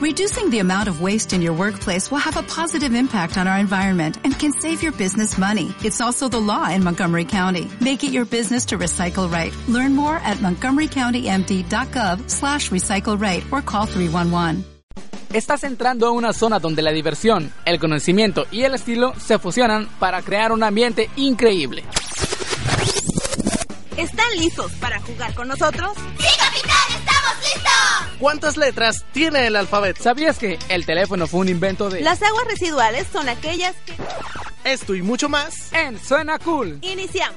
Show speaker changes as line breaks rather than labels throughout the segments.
Reducing the amount of waste in your workplace will have a positive impact on our environment and can save your business money. It's also the law in Montgomery County. Make it your business to recycle right. Learn more at montgomerycountymd.gov slash recycle right or call 311.
Estás entrando a una zona donde la diversión, el conocimiento y el estilo se fusionan para crear un ambiente increíble.
¿Están listos para jugar con nosotros?
¡Sí, capitán! ¡Estamos listos!
¿Cuántas letras tiene el alfabeto?
¿Sabías que el teléfono fue un invento de...
Las aguas residuales son aquellas que...
Esto y mucho más.
En Suena Cool.
Iniciamos.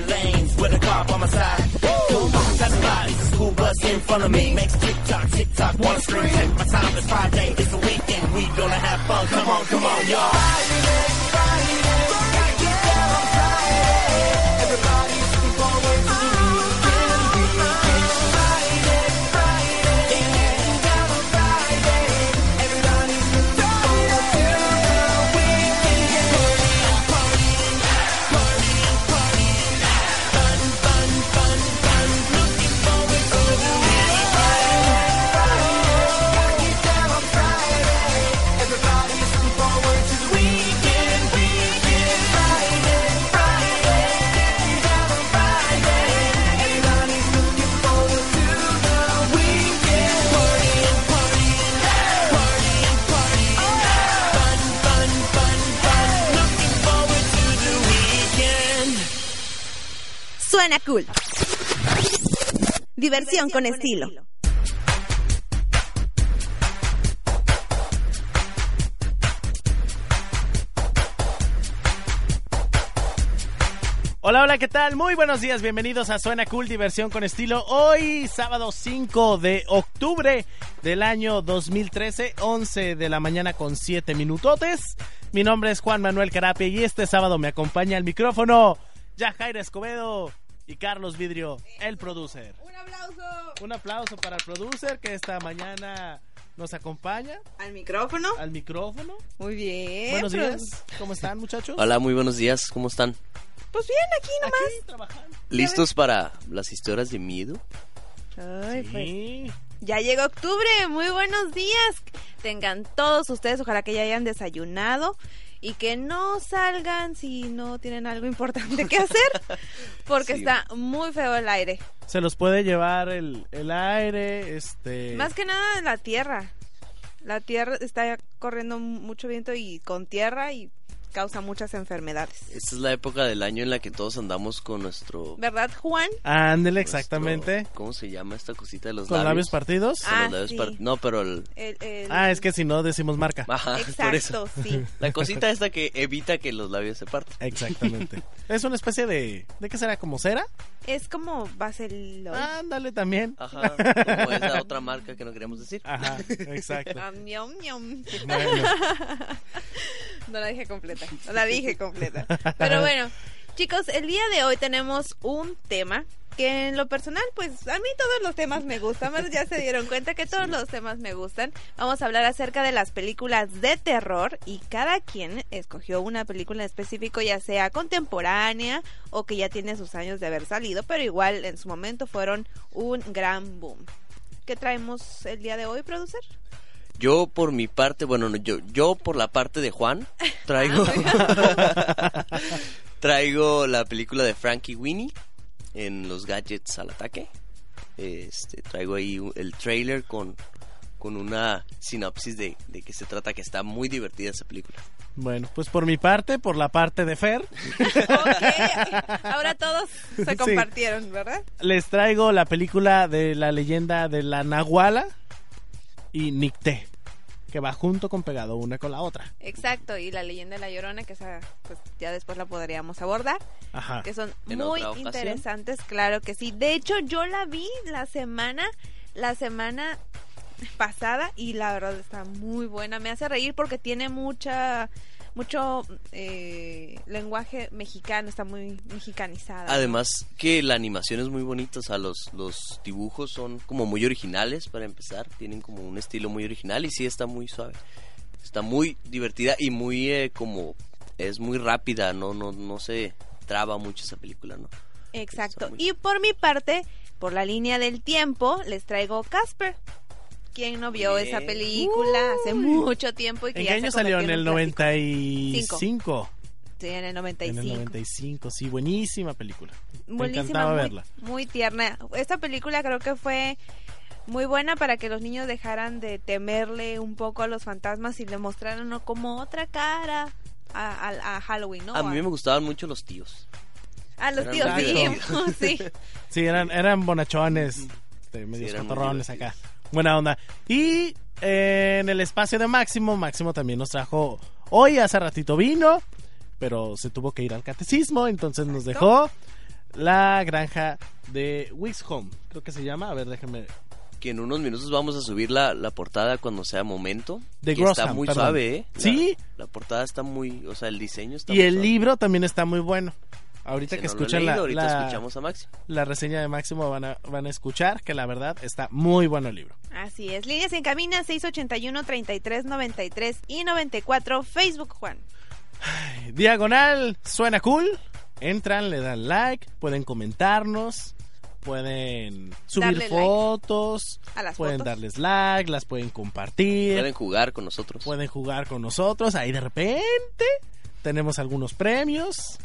Oh, Suena cool. Diversión con estilo.
Hola, hola, ¿qué tal? Muy buenos días, bienvenidos a Suena Cool Diversión con Estilo. Hoy, sábado 5 de octubre del año 2013, 11 de la mañana con 7 minutotes. Mi nombre es Juan Manuel Carapia y este sábado me acompaña al micrófono Yajaira Escobedo y Carlos Vidrio, el producer.
Un aplauso
Un aplauso para el producer que esta mañana nos acompaña
al micrófono.
al micrófono.
Muy
Eh,
bien.
Buenos
pero-
días, ¿cómo están muchachos?
Hola, muy buenos días, ¿cómo están?
Pues bien, aquí
Aquí
nomás.
trabajando.
¿Listos para las historias de miedo?
Ay, pues.
Sí.
Ya llegó octubre, muy buenos días. Tengan todos ustedes, ojalá que ya hayan desayunado y que no salgan si no tienen algo importante que hacer, porque
Sí.
está muy feo el aire.
Se los puede llevar el, el aire, este...
Más que nada en la tierra. La tierra está corriendo mucho viento y con tierra y causa muchas enfermedades.
Esta es la época del año en la que todos andamos con nuestro...
¿Verdad, Juan?
Ándele, exactamente.
nuestro- ¿Cómo se llama esta cosita de los
Con labios
labios?
partidos.
Con los
Ah,
labios
sí.
par- No, pero el...
El- el-
Ah, es que Ah, si no decimos marca.
Ajá, por eso.
Exacto, sí.
La cosita esta que evita que los labios se partan.
Exactamente. es una especie de... ¿De qué será? ¿Como cera?
Es como vaselina.
Ándale también.
Ajá, como esa otra marca que no queríamos decir.
Ajá, exacto.
Ah, miom, miom.
Bueno,
No la dije completa. No la dije completa. Pero bueno, chicos, el día de hoy tenemos un tema que en lo personal, pues a mí todos los temas me gustan. Más ya se dieron cuenta que todos los temas me gustan. Vamos a hablar acerca de las películas de terror y cada quien escogió una película en específico, ya sea contemporánea o que ya tiene sus años de haber salido, pero igual en su momento fueron un gran boom. ¿Qué traemos el día de hoy, producer?
Yo por mi parte, bueno, no, yo, yo por la parte de Juan, traigo... traigo la película de Frankie Winnie en los gadgets al ataque. Este, traigo ahí un- el trailer con, con una sinopsis de, de qué se trata, que está muy divertida esa película.
bueno, pues por mi parte, por la parte de Fer,
Ok, ahora todos
Sí.
se compartieron, ¿verdad?
les traigo la película de la leyenda de la Nahuala y Nicté, que va junto con pegado una con la otra.
Exacto, y la leyenda de la llorona, que esa, pues ya después la podríamos abordar,
Ajá.
que son
Ah, ¿En
muy
otra ocasión?
interesantes, claro que sí. De hecho, yo la vi la semana, la semana pasada y la verdad está muy buena. Me hace reír porque tiene mucha, mucho eh, lenguaje mexicano, está muy mexicanizada.
Ah, Además que la animación es muy bonita, o sea, los, los dibujos son como muy originales para empezar, tienen como un estilo muy original y sí está muy suave. Está muy divertida y muy eh, como es muy rápida, no no no se traba mucho esa película, ¿no?
Exacto.
Está muy-
Y por mi parte, por la línea del tiempo, les traigo Casper. ¿Quién no vio
Bien.
esa película hace mucho tiempo? Y que
¿En qué
ya se
año salió? En
convirtió
el
un clásico?
95.
Sí, en el
En
95.
el 95, sí, buenísima película. Me
Buenísima,
encantaba
muy,
verla.
muy tierna. Esta película creo que fue muy buena para que los niños dejaran de temerle un poco a los fantasmas y le mostraran ¿no? como otra cara a, a- a Halloween, ¿no? ah.
A mí me gustaban mucho los tíos.
A los
eran
tíos,
muy
sí. sí.
Sí, eran, eran bonachones, este, medios
Sí, eran muy
cotorrones acá.
divertidos.
Buena onda. Y eh, en el espacio de Máximo, Máximo también nos trajo hoy, hace ratito vino, pero se tuvo que ir al catecismo, entonces nos dejó la granja de Wixhome, creo que se llama, a ver, déjame.
Que en unos minutos vamos a subir la, la portada cuando sea momento.
De
que está
Grossham,
muy
perdón.
suave, ¿eh? La-
Sí.
La portada está muy, o sea, el diseño está
Y
muy
el
suave.
libro también está muy bueno. Ahorita
Si
que
no lo he
escuchan la,
leído, ahorita
la-
escuchamos a Maxi.
la reseña de Máximo van a, van a escuchar que la verdad está muy bueno el libro.
Así es, líneas en cabina 681 33 93 y 94 Facebook Juan.
Diagonal, suena cool. Entran, le dan like, pueden comentarnos, pueden subir
Darle like.
fotos,
A las
pueden
fotos.
darles like, las pueden compartir,
Pueden
pueden...
jugar con nosotros.
jugar con nosotros. Ahí de repente tenemos algunos premios.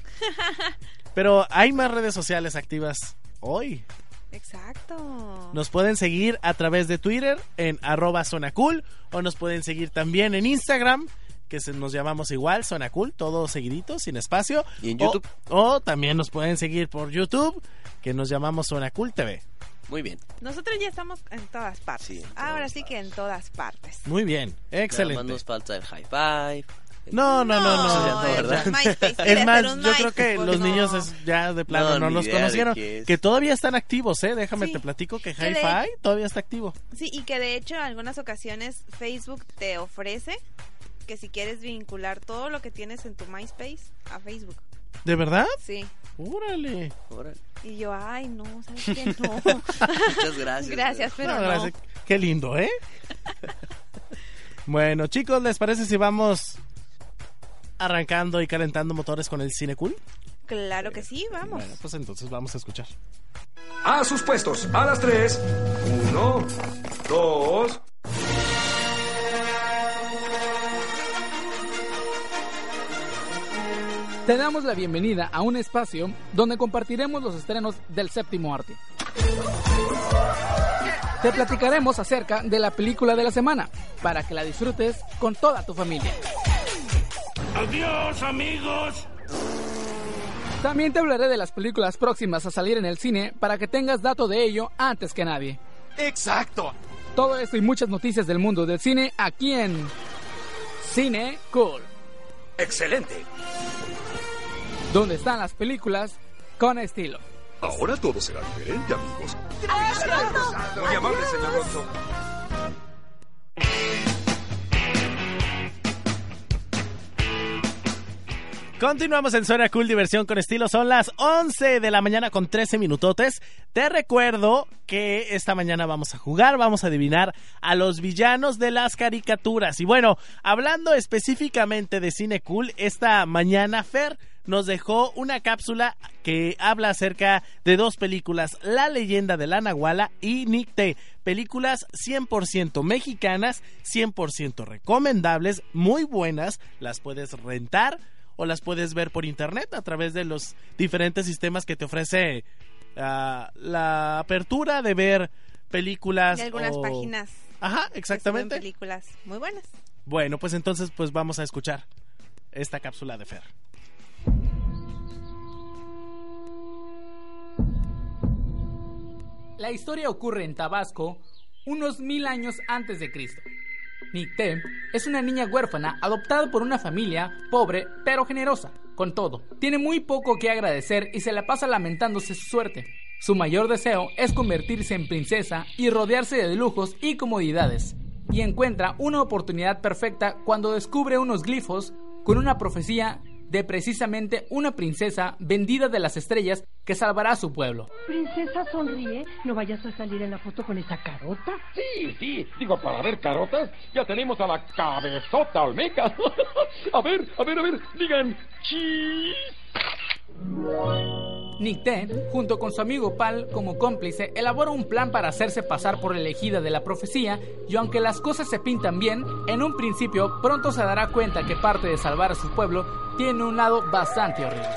Pero hay más redes sociales activas hoy.
Exacto.
Nos pueden seguir a través de Twitter en arroba Sonacool o nos pueden seguir también en Instagram, que se- nos llamamos igual Sonacool, todo seguidito, sin espacio.
Y en
O-
YouTube.
O, también nos pueden seguir por YouTube, que nos llamamos Sonacool TV.
Muy bien.
Nosotros ya estamos en todas partes.
Sí, en todas
Ahora sí que en
partes.
todas partes.
Muy bien,
Nada más
excelente.
nos falta el high five. el-
No, no, no, no.
No,
ya-
es ¿verdad?
MySpace, quiere
Es más,
hacer un
yo creo que
MySpace,
los
no.
niños es- ya de plano no,
No, ni
los
idea de
conocieron.
qué es.
Que todavía están activos, ¿eh? Déjame
Sí.
te platico que
Que de-
Hi-Fi todavía está activo.
Sí, y que de hecho en algunas ocasiones Facebook te ofrece que si quieres vincular todo lo que tienes en tu MySpace a Facebook.
¿De verdad?
Sí.
Órale.
Órale.
Y yo, ay, no, ¿sabes qué? No.
Muchas gracias.
Gracias, pero
No,
no.
gracias. Qué lindo, ¿eh? bueno, chicos, ¿les parece si vamos arrancando y calentando motores con el cine cool?
Claro que sí, vamos.
Bueno, pues entonces vamos a escuchar.
A sus puestos. A las tres. Uno, dos.
Te damos la bienvenida a un espacio donde compartiremos los estrenos del séptimo arte. Te platicaremos acerca de la película de la semana para que la disfrutes con toda tu familia.
Adiós, amigos.
También te hablaré de las películas próximas a salir en el cine para que tengas dato de ello antes que nadie.
Exacto.
Todo esto y muchas noticias del mundo del cine aquí en Cine Cool,
Excelente.
donde están las películas con estilo.
Ahora todo será diferente, amigos. Muy amable, señor Alonso.
Continuamos en Zona Cool Diversión con Estilo. Son las 11 de la mañana con 13 minutotes. Te recuerdo que esta mañana vamos a jugar, vamos a adivinar a los villanos de las caricaturas. Y bueno, hablando específicamente de Cine Cool, esta mañana Fer nos dejó una cápsula que habla acerca de dos películas, La leyenda de la Nahuala y Nicté. Películas 100% mexicanas, 100% recomendables, muy buenas, las puedes rentar o las puedes ver por internet a través de los diferentes sistemas que te ofrece ah, la apertura de ver películas.
De algunas
o-
páginas. que
Ajá,
suben
Oh. exactamente.
Películas muy buenas.
Bueno, pues entonces pues vamos a escuchar esta cápsula de Fer.
La historia ocurre en Tabasco unos mil años antes de Cristo. Nicté es una niña huérfana adoptada por una familia pobre pero generosa. Con todo, tiene muy poco que agradecer y se la pasa lamentándose su suerte. Su mayor deseo es convertirse en princesa y rodearse de lujos y comodidades. Y encuentra una oportunidad perfecta cuando descubre unos glifos con una profecía de precisamente una princesa vendida de las estrellas que salvará a su pueblo.
Princesa, sonríe. No vayas a salir en la foto con esa carota.
Sí, sí, digo, para ver carotas, ya tenemos a la cabezota olmeca. a ver, a ver, a ver, digan, chis.
Nicté, junto con su amigo Pal como cómplice, elabora un plan para hacerse pasar por elegida de la profecía y aunque las cosas se pintan bien, en un principio pronto se dará cuenta que parte de salvar a su pueblo tiene un lado bastante horrible.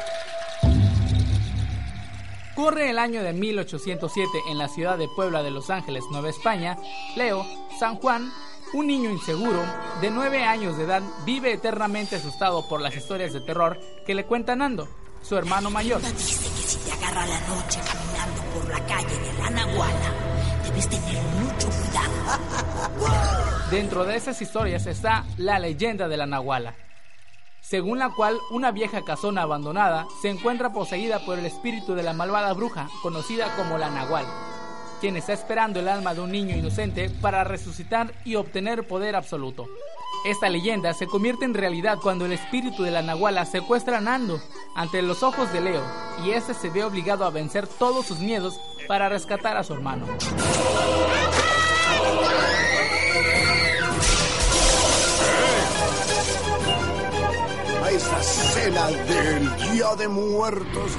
Corre el año de 1807 en la ciudad de Puebla de Los Ángeles, Nueva España. Leo, San Juan, un niño inseguro de 9 años de edad, vive eternamente asustado por las historias de terror que le cuenta Nando, su hermano mayor.
Dice que si te agarra la noche caminando por la calle de la Nahuala, debes tener mucho cuidado.
Dentro de esas historias está la leyenda de la Nahuala, según la cual una vieja casona abandonada se encuentra poseída por el espíritu de la malvada bruja conocida como la Nahual, quien está esperando el alma de un niño inocente para resucitar y obtener poder absoluto. Esta leyenda se convierte en realidad cuando el espíritu de la Nahuala secuestra a Nando ante los ojos de Leo y este se ve obligado a vencer todos sus miedos para rescatar a su hermano.
a esa cena del Día de Muertos.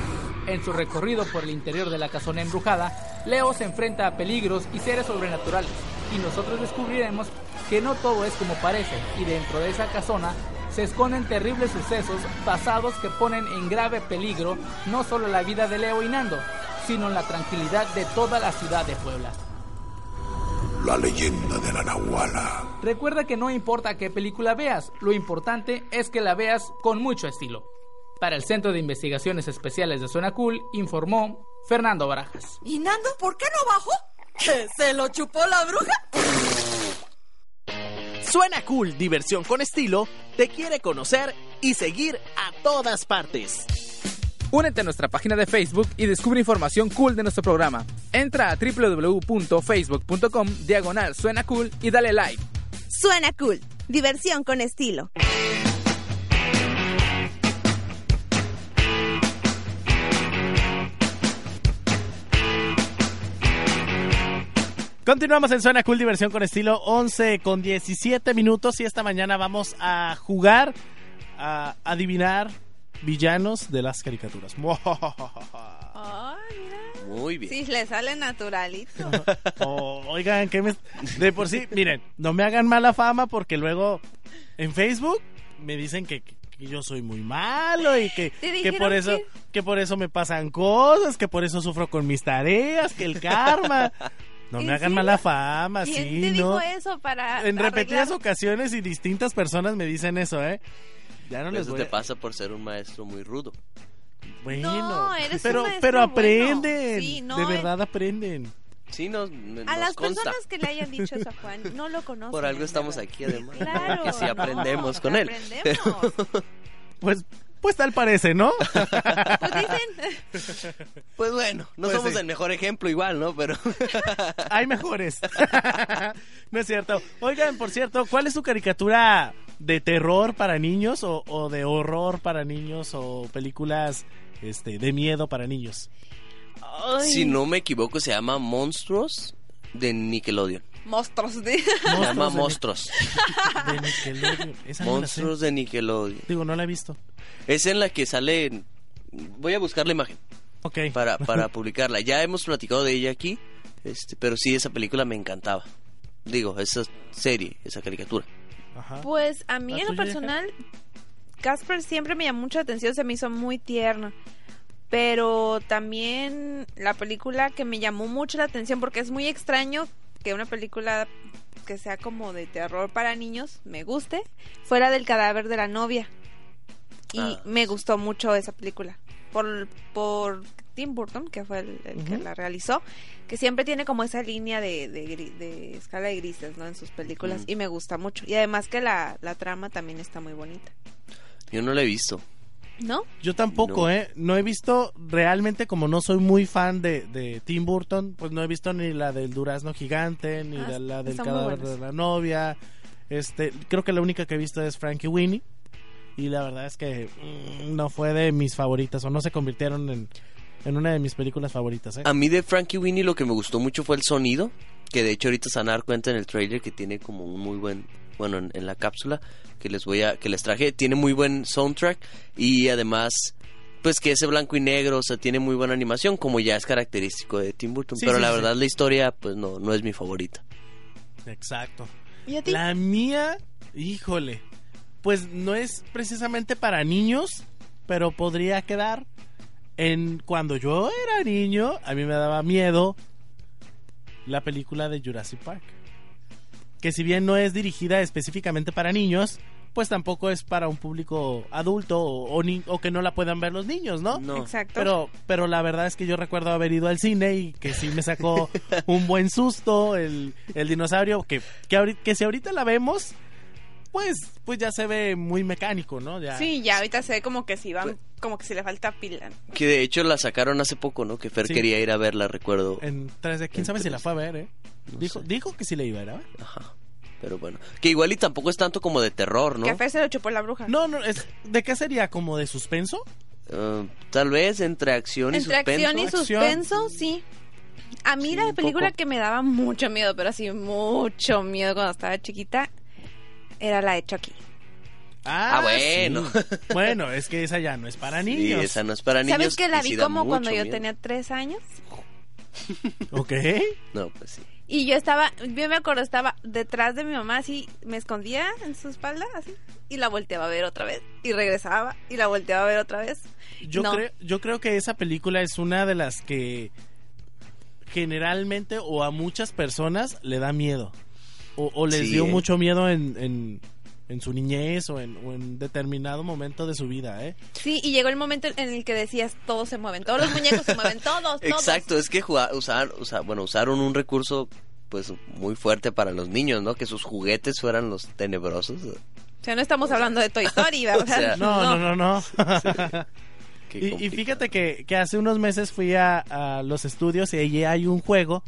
En su recorrido por el interior de la casona embrujada, Leo se enfrenta a peligros y seres sobrenaturales, y nosotros descubriremos que no todo es como parece, y dentro de esa casona se esconden terribles sucesos pasados que ponen en grave peligro no solo la vida de Leo y Nando, sino la tranquilidad de toda la ciudad de Puebla.
La leyenda de la Nahuala.
Recuerda que no importa qué película veas, lo importante es que la veas con mucho estilo. Para el Centro de Investigaciones Especiales de Zona Cool, informó Fernando Barajas.
¿Y Nando por qué no bajó? ¿Que se lo chupó la bruja?
Suena cool, diversión con estilo, te quiere conocer y seguir a todas partes.
Únete a nuestra página de Facebook y descubre información cool de nuestro programa. Entra a www.facebook.com diagonal suena cool y dale like.
Suena cool. Diversión con estilo.
Continuamos en Zona Cool Diversión con estilo 11 con 17 minutos y esta mañana vamos a jugar a adivinar villanos de las caricaturas.
Ay, mira.
Muy bien.
Sí, le sale naturalito.
O- oigan, que me... De por sí, miren, no me hagan mala fama porque luego en Facebook me dicen que, que yo soy muy malo y que,
¿Te
que
dijeron
por eso
qué?
que por eso me pasan cosas, que por eso sufro con mis tareas, que el karma. No
¿En
me hagan
serio?
mala fama,
¿Quién
Ah, sí,
te
¿no?
dijo eso para
En repetidas
arreglar?
ocasiones y distintas personas me dicen eso, ¿eh? Ya no les
Eso
voy
te
a-
pasa por ser un maestro muy rudo.
Bueno,
No, eres un
pero,
maestro
pero
bueno.
aprenden,
Sí, no, eh.
de
es-
verdad aprenden.
Sí, nos,
A
nos
las
consta.
personas que le hayan dicho eso a Juan, no lo conocen.
Por algo
en
estamos
verdad.
aquí, además.
Claro,
y si
no,
aprendemos
que
con él.
aprendemos.
Pues, pues tal parece, ¿no?
Pues bueno, no
Pues
somos
sí.
el mejor ejemplo igual, ¿no? Pero
Hay mejores. no es cierto. Oigan, por cierto, ¿cuál es su caricatura de terror para niños o, o de horror para niños o películas este, de miedo para niños?
Ay,
si no me equivoco se llama Monstruos de Nickelodeon.
Monstruos de...
Se llama
Monstruos
Monstruos.
De Nickelodeon. Esa no la sé.
Monstruos de Nickelodeon.
Digo, no la he visto.
Es en la que sale... Voy a buscar la imagen
Ok.
para, para publicarla. Ya hemos platicado de ella aquí, este, pero sí, esa película me encantaba. Digo, esa serie, esa caricatura.
Ajá.
Pues a mí
¿La
en lo
tuya,
personal, Casper siempre me llamó mucha atención, se me hizo muy tierno. Pero también la película que me llamó mucho la atención, porque es muy extraño que una película que sea como de terror para niños me guste, fuera del cadáver de la novia. Y
Ah,
me gustó mucho esa película. Por, por Tim Burton, que fue el, el que
Ujú.
la realizó, que siempre tiene como esa línea de, de, gri- de escala de grises, ¿no? En sus películas.
Mm.
Y me gusta mucho. Y además que la, la trama también está muy bonita.
Yo no la he visto.
¿No?
Yo tampoco,
No.
¿eh? No he visto realmente, como no soy muy fan de, de Tim Burton, pues no he visto ni la del Durazno Gigante, ni
Ah,
la, la del
están muy
cadáver de
buenas.
la novia. Este, creo que la única que he visto es Frankie Winnie. Y la verdad es que mm, no fue de mis favoritas, o no se convirtieron en, en una de mis películas favoritas, ¿eh?
A mí de Frankie Winnie lo que me gustó mucho fue el sonido, que de hecho ahorita se van a dar cuenta en el trailer que tiene como un muy buen, bueno, en, en la cápsula que les voy a que les traje, tiene muy buen soundtrack y además pues que ese blanco y negro, o sea, tiene muy buena animación como ya es característico de Tim Burton,
Sí,
pero
sí,
la
sí.
verdad la historia pues no no es mi favorita.
Exacto.
¿Y a ti?
La mía, híjole, pues no es precisamente para niños, pero podría quedar en cuando yo era niño, a mí me daba miedo la película de Jurassic Park. Que si bien no es dirigida específicamente para niños, pues tampoco es para un público adulto o, o ni- o que no la puedan ver los niños, ¿no?
No.
Exacto.
Pero, pero la verdad es que yo recuerdo haber ido al cine y que sí me sacó un buen susto el, el dinosaurio, que, que, ahori- que si ahorita la vemos, pues, pues ya se ve muy mecánico, ¿no? Ya.
Sí, ya ahorita se ve como que si van, como que si le falta pila.
Que de hecho la sacaron hace poco, ¿no? Que Fer
Sí.
quería ir a verla, recuerdo.
En 3D, quién sabe si la fue a ver, ¿eh?
No
Dijo,
sé.
dijo que sí la iba a ver, ¿eh?
Ajá. Pero bueno, que igual y tampoco es tanto como de terror, ¿no?
Que a Fer se lo chupó la bruja.
No, no, es, ¿de qué sería? ¿Como de suspenso?
Eh, tal vez entre acción y
Entre
suspenso. Ah,
acción y
Acción.
suspenso, sí. A mí
Sí,
la
un
película
poco.
que me daba mucho miedo, pero así mucho miedo cuando estaba chiquita, era la de Chucky.
Ah,
Ah, bueno.
sí. Bueno, es que esa ya no es para
Sí,
niños.
esa no es para niños.
¿Sabes que la
y sí
vi
da
como cuando
mucho
yo
miedo.
tenía tres años?
Ok.
No, pues sí.
Y yo estaba, yo me acuerdo, estaba detrás de mi mamá así, me escondía en su espalda así, y la volteaba a ver otra vez, y regresaba, y la volteaba a ver otra vez.
Yo,
No.
creo, yo creo que esa película es una de las que generalmente o a muchas personas le da miedo. O, o les
Sí,
dio
¿eh?
mucho miedo en, en, en su niñez o en, o en determinado momento de su vida, ¿eh?
Sí, y llegó el momento en el que decías, todos se mueven, todos los muñecos se mueven, todos, todos.
Exacto, es que jugar, usar, usa- bueno, usaron un recurso pues muy fuerte para los niños, ¿no? Que sus juguetes fueran los tenebrosos.
O sea, no estamos hablando de Toy Story, ¿verdad?
O sea,
No, no, no, no.
Qué
Y- y,
complicado.
fíjate que, que hace unos meses fui a, a los estudios y allí hay un juego,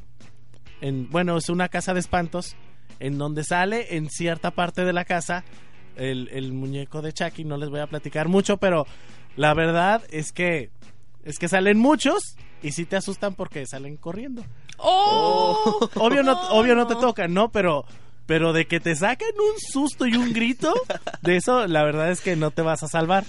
en, bueno, es una casa de espantos, en donde sale en cierta parte de la casa el, el muñeco de Chucky, no les voy a platicar mucho, pero la verdad es que, es que salen muchos y sí te asustan porque salen corriendo.
¡Oh!
Obvio no, obvio no te
no.
tocan, ¿no? Pero... Pero de que te saquen un susto y un grito, de eso la verdad es que no te vas a salvar.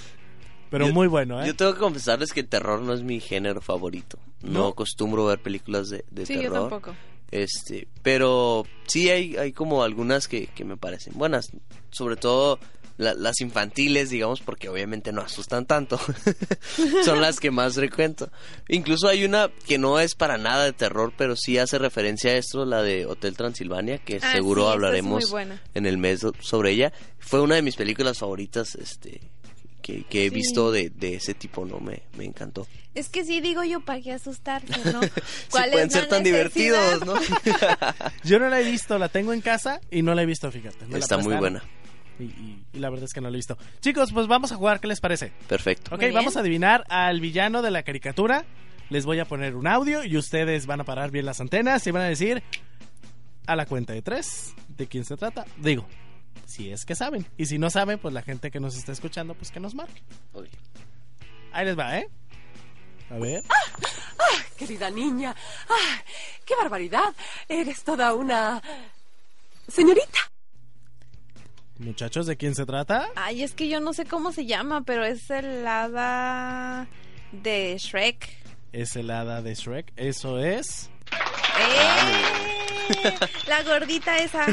Pero
Yo-
muy bueno,
Yo
¿eh?
tengo que confesarles que el terror no es mi género favorito. No, acostumbro ver películas de, de
Sí, yo
terror.
tampoco.
Este, pero sí hay, hay como algunas que, que me parecen buenas. Sobre todo la- las infantiles, digamos, porque obviamente no asustan tanto. Son las que más frecuento. Incluso hay una que no es para nada de terror, pero sí hace referencia a esto, la de Hotel Transilvania, que
Ah,
seguro
sí, esa es
hablaremos
muy buena.
en el mes do- sobre ella. Fue una de mis películas favoritas, este que, que he
Sí.
visto de, de ese tipo, no me, me encantó.
Es que sí digo yo, ¿para qué asustarse, no?
Sí,
¿Cuál es
pueden
la
ser tan
necesidad?
divertidos, ¿no?
Yo no la he visto, la tengo en casa y no la he visto, fíjate. me la
Está muy
prestaron.
buena.
Y, y- y la verdad es que no la he visto. Chicos, pues vamos a jugar, ¿qué les parece?
Perfecto.
Ok, vamos a adivinar al villano de la caricatura. Les voy a poner un audio y ustedes van a parar bien las antenas y van a decir a la cuenta de tres de quién se trata. Digo, si es que saben. Y si no saben, pues la gente que nos está escuchando, pues que nos marque.
Ok.
Ahí les va, ¿eh? A ver.
Querida niña, ¡ah! ¡Qué barbaridad! Eres toda una... Señorita.
Muchachos, ¿de quién se trata?
Ay, es que yo no sé cómo se llama, pero es el hada de Shrek.
Es el hada de Shrek. Eso es.
¡Eh! La gordita esa.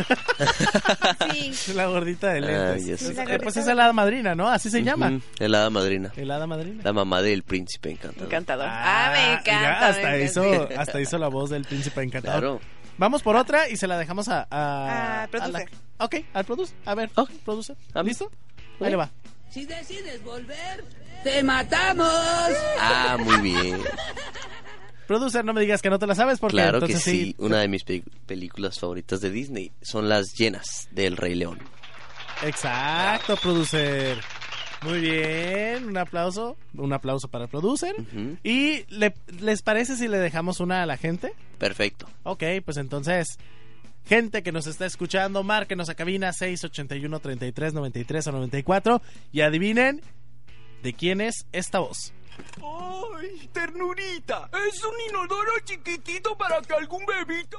Sí.
La gordita de
Ah,
lentes.
ya sé.
Eh, pues es el hada madrina, ¿no? Así se llama.
Ujú, El hada madrina.
El hada madrina.
La mamá del príncipe encantador.
Encantador. Ah, me
Ah, mira,
encanta.
hasta,
me
hizo,
encanta.
hasta hizo la voz del príncipe encantador.
Claro.
Vamos por otra y se la dejamos a. a,
Ah,
a
producer.
la- ok, al producer. A ver, producer. ¿Listo?
Ok.
Ahí le va.
Si decides volver, te matamos.
Ah, muy bien.
Producer, no me digas que no te la sabes porque
Claro que
entonces
sí. Una de mis pe- películas favoritas de Disney son las llenas del Rey León.
Exacto, producer. Muy bien, un aplauso. Un aplauso para el producer. ¿Y le- les parece si le dejamos una a la gente?
Perfecto.
Ok, pues entonces, gente que nos está escuchando, márquenos a cabina 681 33 93 o 94 y adivinen de quién es esta voz.
¡Ay, ternurita! Es un inodoro chiquitito para que algún bebito...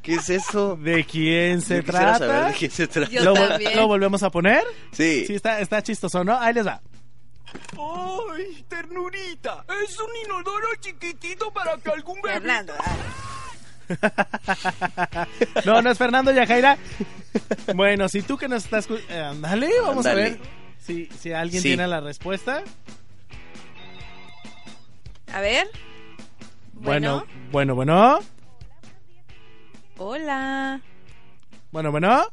¿Qué es eso?
¿De quién se
Yo quisiera
trata?
saber de quién se trata. Yo
¿Lo, vol-
también.
lo volvemos a poner?
Sí.
Sí, está, está chistoso, ¿no? Ahí les va.
¡Ay, ternurita! Es un inodoro chiquitito para que algún bebito...
ah.
No, no es Fernando Yajaira. Bueno, si tú que nos estás... escu- eh, Ándale, vamos a
Ándale.
ver si, si alguien
Sí.
tiene la respuesta.
A ver.
Bueno, bueno, bueno.
Hola.
Bueno, bueno.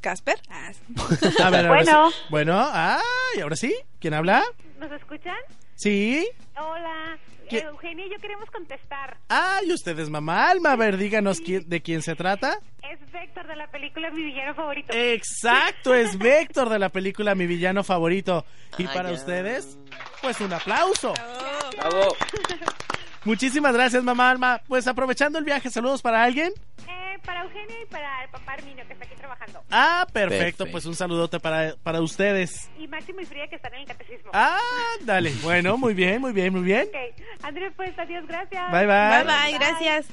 ¿Casper? Ah, sí.
A ver, ahora sí.
Bueno.
Bueno, ah, y ahora sí. ¿Quién habla?
¿Nos escuchan?
Sí.
Hola.
¿Qué?
Eugenia y yo queremos contestar.
Ay, usted es mamá Alma. A ver, díganos quién- de quién se trata.
Es Vector de la película Mi Villano Favorito.
Exacto, es Vector de la película Mi Villano Favorito. Y
Ah,
para
ya.
ustedes, pues un aplauso. Muchísimas gracias, mamá Alma. Pues aprovechando el viaje, saludos para alguien.
Eh, para Eugenia y para el papá Arminio que está aquí trabajando.
Ah, perfecto,
Perfecto.
pues un saludote para, para ustedes.
Y Máximo y Frida que están en el catecismo.
Ah, dale. Bueno, muy bien, muy bien, muy bien.
Ok. Andrés, pues adiós, gracias.
Bye, bye.
Bye, bye, gracias.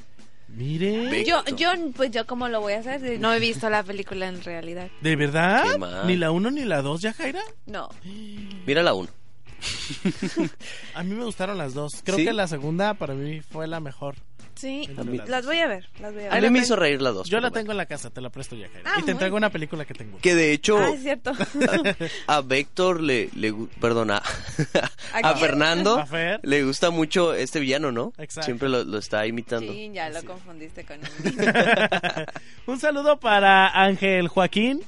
Mire.
Yo, yo, pues yo cómo lo voy a hacer. No he visto la película en realidad.
¿De verdad?
Qué mal.
Ni la uno ni la dos, ya, Jaira.
No.
Mira la 1.
A mí me gustaron las dos. Creo
¿Sí?
que la segunda para mí fue la mejor.
Sí,
A mí-
las voy a ver. Las voy a
A
ver.
mí me hizo reír la 2.
Yo la tengo en la casa, te la presto ya, Jaira.
Ah,
y te
muy
traigo una película que tengo.
Que de hecho
Ah, es cierto.
a Vector le, le gu- perdona, a,
quién?
Fernando
A Fer.
le gusta mucho este villano, ¿no?
Exacto.
Siempre lo, lo está imitando.
Sí, ya lo confundiste con
Un saludo para Ángel Joaquín.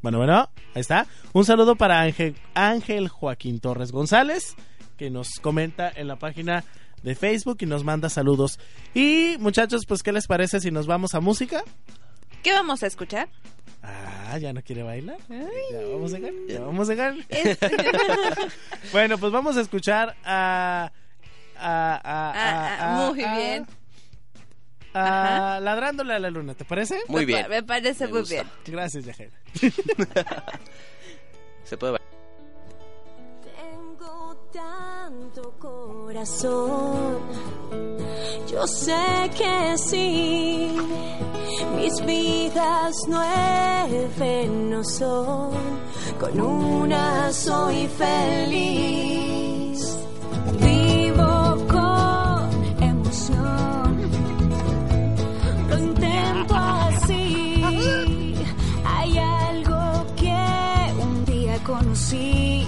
Bueno, bueno, ahí está. Un saludo para Ángel, Ángel Joaquín Torres González, que nos comenta en la página de Facebook y nos manda saludos. Y muchachos, pues, ¿qué les parece si nos vamos a música?
¿Qué vamos a escuchar?
Ah, ya no quiere bailar.
Ay.
Ya vamos a llegar. Ya vamos a llegar.
Este-
bueno, pues vamos a escuchar a. a- a-
Ah,
a-
ah,
a-
muy
a-
bien.
a Ladrándole a la luna, ¿te parece?
Muy bien.
Me parece
Me
muy
gusta.
bien.
Gracias, Yajaira.
Se puede bailar.
Tengo tanto corazón, yo sé que sí, mis vidas nueve no son con una soy feliz. Vivo con emoción, contento así. Hay algo que un día conocí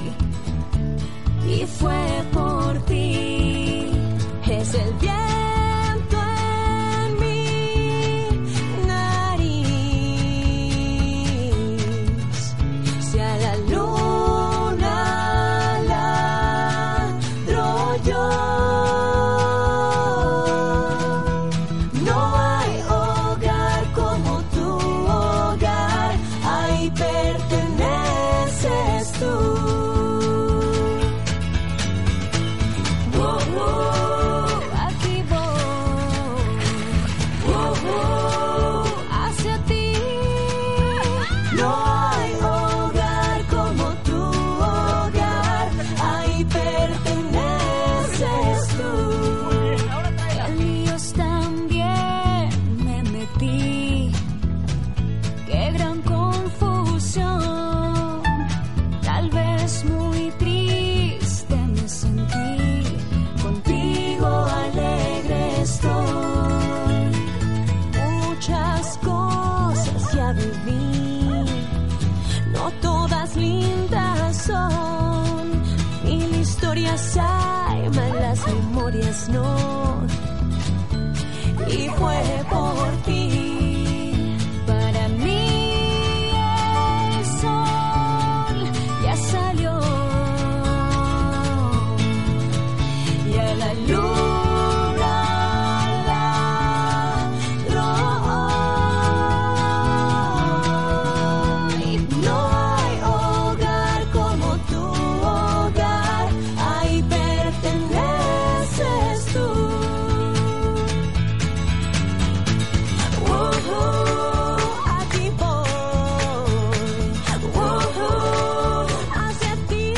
y fue por ti. Es el viento en mi nariz. Si a la luna ladro yo, no hay hogar como tu hogar, ahí perteneces tú. Wow, wow, aquí voy. Wow, wow, hacia ti. No hay hogar como tu hogar. Ahí perteneces tú. A líos también me metí. Qué gran confusión. Tal vez muy triste me sentí, contigo alegre estoy. Muchas cosas ya viví, no todas lindas son. Mil historias hay, malas memorias no. Y fue por ti, para mí el sol ya salió y a la luna la hoy. No hay hogar como tu hogar, ahí perteneces tú. Uh, aquí voy. Uh, hacia ti.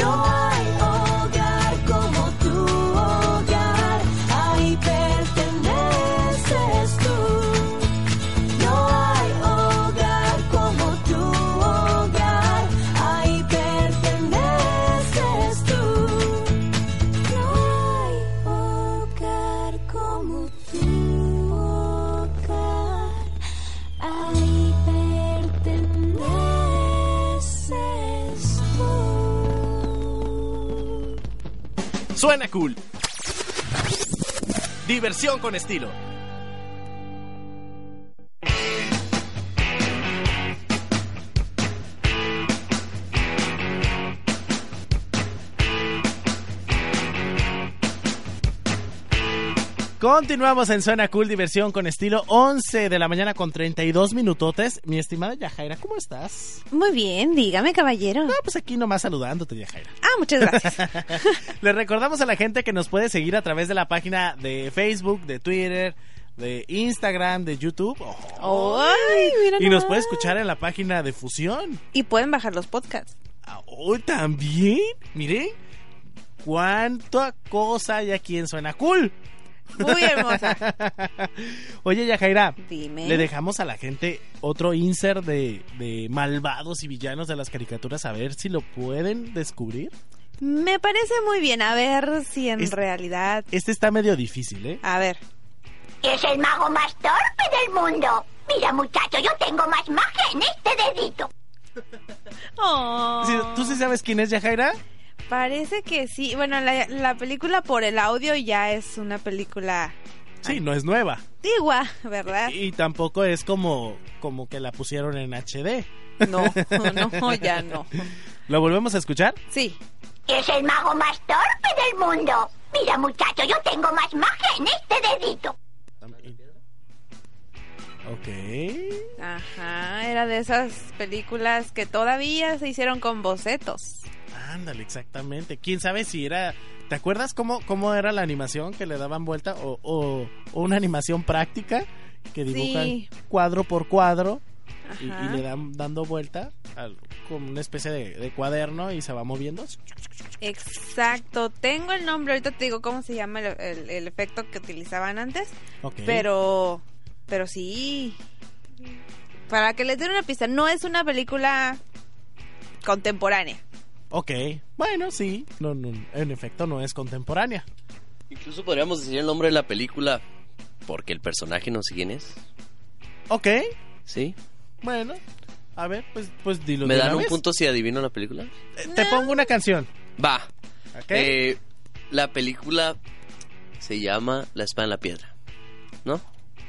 No hay hogar como tu hogar. Ahí perteneces tú. No hay hogar como tu hogar. Ahí perteneces tú. No hay hogar como tu hogar. Ahí perteneces tú.
Suena cool. Diversión con estilo. Continuamos en Suena Cool Diversión con estilo 11 de la mañana con 32 minutotes. Mi estimada Yajaira, ¿cómo estás?
Muy bien, dígame, caballero.
Ah, pues aquí nomás saludándote, Yajaira.
Ah, muchas gracias.
Le recordamos a la gente que nos puede seguir a través de la página de Facebook, de Twitter, de Instagram, de YouTube. Oh.
Ay, mira
y nos
nomás.
puede escuchar en la página de Fusión.
Y pueden bajar los podcasts.
Ah, Oh, también. Miren cuánta cosa hay aquí en Suena Cool.
Muy hermosa.
Oye, Yajaira,
Dime.
le dejamos a la gente otro insert de, de malvados y villanos de las caricaturas a ver si lo pueden descubrir.
Me parece muy bien. A ver si en
Es-
realidad.
Este está medio difícil, ¿eh?
A ver.
Es el mago más torpe del mundo. Mira, muchacho, yo tengo más magia en este dedito.
Oh.
Sí, ¿Tú sí sabes quién es Yajaira?
Parece que sí. Bueno, la, la película por el audio ya es una película
Sí, no es nueva.
antigua, ¿verdad?
Y tampoco es como, como que la pusieron en HD.
No, no, ya no.
¿Lo volvemos a escuchar?
Sí.
Es el mago más torpe del mundo. Mira, muchacho, yo tengo más magia en este dedito.
Ok.
Ajá, era de esas películas que todavía se hicieron con bocetos.
Ándale, exactamente. ¿Quién sabe si era... ¿Te acuerdas cómo, cómo era la animación que le daban vuelta? O, o- o una animación práctica que dibujan
Sí.
cuadro por cuadro y, y
Ajá.
le dan dando vuelta al- con una especie de, de cuaderno y se va moviendo.
Exacto, tengo el nombre, ahorita te digo cómo se llama el, el- el efecto que utilizaban antes,
Ok.
pero pero sí. Para que les den una pista, no es una película contemporánea.
Ok, bueno, sí, no, no, en efecto no es contemporánea.
Incluso podríamos decir el nombre de la película porque el personaje no sé quién es.
Ok,
¿Sí?
bueno, a ver, pues, pues dilo.
¿Me
de
dan
una
un
vez.
punto si adivino la película?
Eh, Te pongo una canción.
Va.
Ok.
Eh, la película se llama La espada en la piedra. ¿No?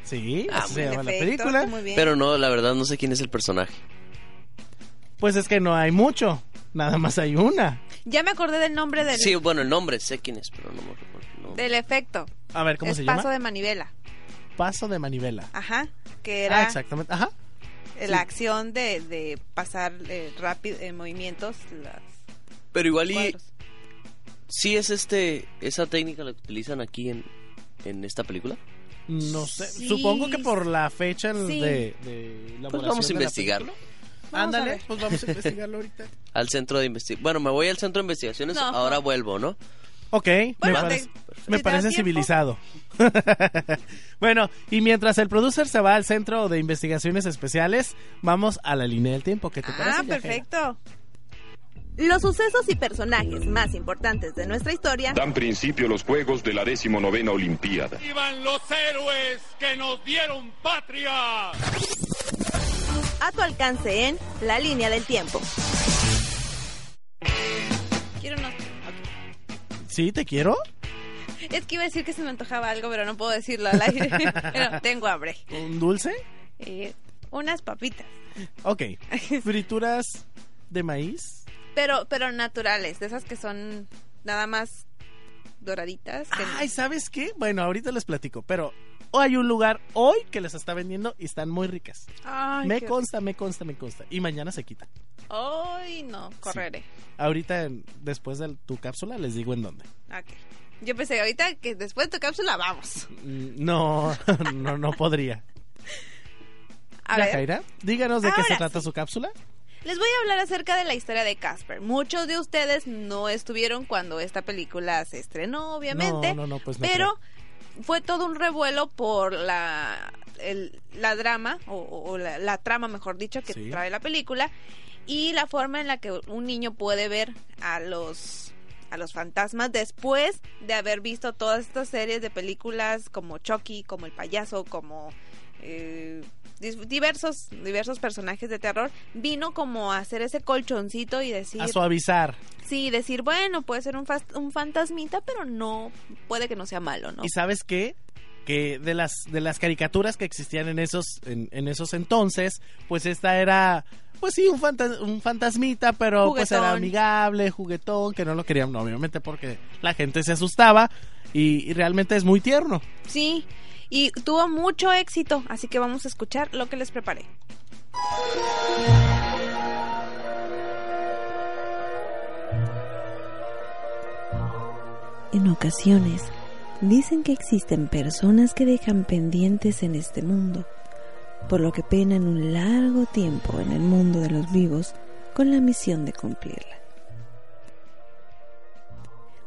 Sí,
Ah,
así
muy
se llama la
Perfecto,
película.
muy bien.
Pero no, la verdad no sé quién es el personaje.
Pues es que no hay mucho, nada más hay una.
Ya me acordé del nombre del,
Sí, bueno, el nombre sé quién es, pero no me recuerdo. no.
del efecto.
A ver, ¿cómo
es
se
paso
llama?
de manivela.
Paso de manivela.
Ajá. Que
Ah,
era
exactamente. Ajá.
la acción de, de pasar eh, rápido en movimientos. las-
Pero igual y... Sí es este... Esa técnica la que utilizan aquí en, en esta película.
No sé.
Sí.
Supongo que por la fecha en-
Sí.
de, de
Pues
elaboración
vamos a
de la
investigarlo.
película. Ándale, pues vamos a investigarlo ahorita.
Al centro de investigación. Bueno, me voy al centro de investigaciones.
No.
Ahora vuelvo, ¿no?
Ok,
Bueno,
me parece,
te-
me
te da
parece
tiempo.
civilizado. bueno, y mientras el producer se va al centro de investigaciones especiales, vamos a la línea del tiempo. ¿Qué te parece?
Ah,
Yajaira?
perfecto. Los sucesos y personajes más importantes de nuestra historia
Dan principio los Juegos de la decimonovena Olimpiada.
¡Vivan los héroes que nos dieron patria!
a tu alcance en La Línea del Tiempo. Quiero unos... ok.
Sí, te quiero.
Es que iba a decir que se me antojaba algo, pero no puedo decirlo al aire. pero tengo hambre.
¿Un dulce?
Eh, unas papitas,
Ok. ¿Frituras de maíz?
pero pero naturales, de esas que son nada más doraditas. que-
Ay, ¿sabes qué? Bueno, ahorita les platico, pero hay un lugar hoy que les está vendiendo y están muy ricas.
Ay,
me
qué-
consta, me consta, me consta. Y mañana se quita.
Ay, no, correré.
Ahorita, en- después de tu cápsula, les digo en dónde.
Ok. Yo pensé ahorita que después de tu cápsula vamos.
Mm, No, no, no podría.
A
Ya,
ver.
Jaira, díganos de qué se
Ahora
trata su cápsula.
Les voy a hablar acerca de la historia de Casper. Muchos de ustedes no estuvieron cuando esta película se estrenó, obviamente.
No, no, no, pues no
Pero fue todo un revuelo por la, el- la drama, o, o- o la, la trama, mejor dicho, que
Sí.
trae la película. Y la forma en la que un niño puede ver a los a los fantasmas después de haber visto todas estas series de películas como Chucky, como El Payaso, como eh, dis- diversos diversos personajes de terror, vino como a hacer ese colchoncito y decir,
A suavizar.
sí, decir, bueno, puede ser un, fas- un fantasmita, pero no, puede que no sea malo, ¿no?
¿Y sabes qué? Que de las, de las caricaturas que existían en esos, en, en esos entonces, pues esta era, pues sí, un, fanta- un fantasmita, pero pues era
Juguetón.
amigable, juguetón, que no lo querían, no, obviamente porque la gente se asustaba y, y realmente es muy tierno.
Sí, y tuvo mucho éxito, así que vamos a escuchar lo que les preparé.
En ocasiones, dicen que existen personas que dejan pendientes en este mundo, por lo que penan un largo tiempo en el mundo de los vivos con la misión de cumplirla.